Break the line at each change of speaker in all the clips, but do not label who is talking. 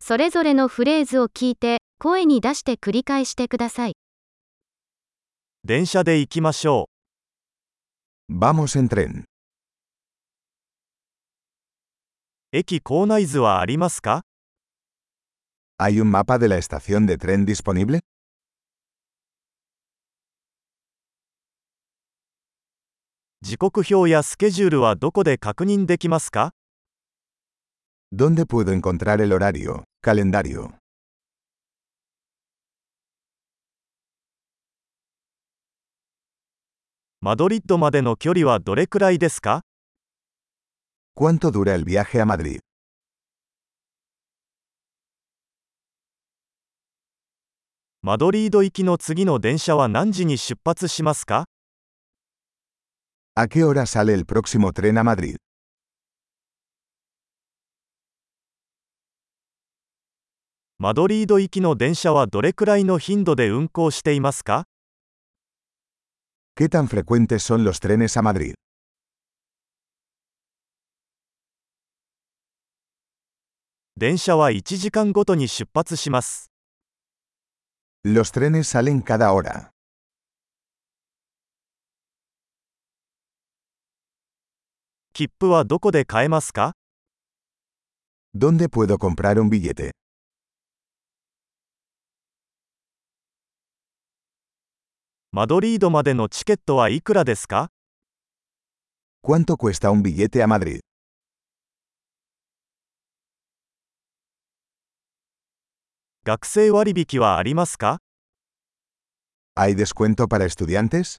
それぞれのフレーズを聞いて、声に出して繰り返してください。
電車で行きましょ
Vamos en tren.
う。駅構内図はありますか
¿Hay un mapa de la estación de tren disponible?
時刻表やスケジュールはどこで確認できますか
¿Dónde puedo encontrar el horario, calendario?
マドリッドまでの距離はどれくらいですか
¿Cuánto dura el viaje a Madrid?
マドリード行きの次の電車は何時に出発しますか
¿A qué hora sale el próximo tren a Madrid?
マドリード行きの電車はどれくらいの頻度で運行していますか
¿Qué tan frecuentes son los trenes a Madrid?
電車は1時間ごとに出発します。
Los trenes salen cada hora.
切符はどこで買えますか
¿Dónde puedo comprar un billete?
マドリードまでのチケットはいくらですか
¿Cuánto cuesta un billete a Madrid?
学生割引はありますか
¿Hay descuento para estudiantes?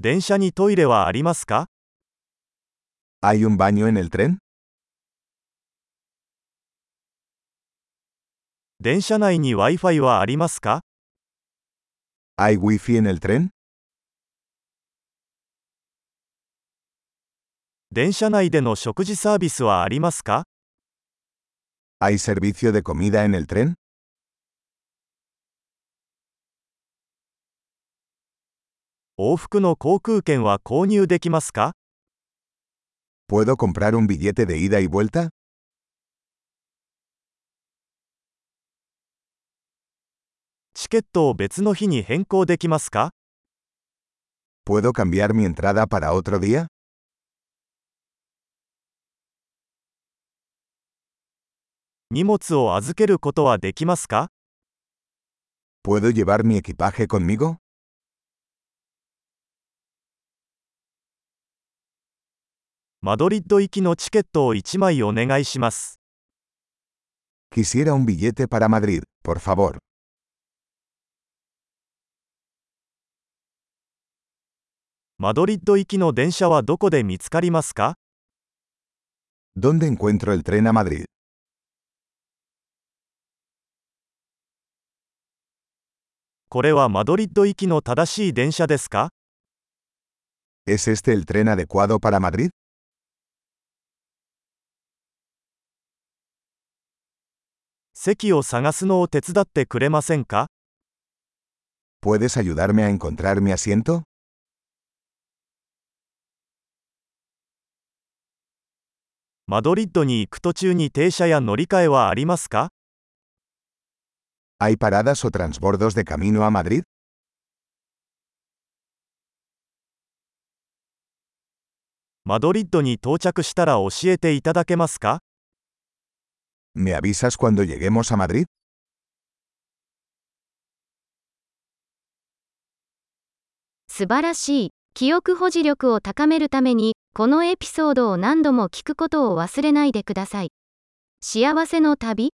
電車にトイレはありますか
¿Hay un baño en el tren?
電車内に Wi-Fi はありますか
¿Hay wifi en el tren?
電車内での食事サービスはありますか
¿Hay servicio de comida en el tren?
往復の航空券は購入できますか
¿Puedo comprar un billete de ida y vuelta?
チケットを別の日に変更できますか
¿Puedo cambiar mi entrada para otro día?
荷物を預けることはできますか
¿Puedo llevar mi equipaje conmigo?
マドリッド行きのチケットを1枚お願いします。
Quisiera un billete para Madrid, por favor.
マドリッド行きの電車はどこで見つかりますか
¿Dónde encuentro el tren a Madrid?
これはマドリッド行きの正しい電車ですか
¿Es este el tren adecuado para Madrid?
席を探すのを手伝ってくれませんか
¿Puedes ayudarme a encontrar mi asiento?
マドリッドに行く途中に停車や乗り換えはありますか
¿Hay paradas o transbordos de camino a Madrid?
マドリッドに到着したら教えていただけますか
¿Me avisas cuando lleguemos a Madrid?
素晴らしい。記憶保持力を高めるために、このエピソードを何度も聞くことを忘れないでください。幸せの旅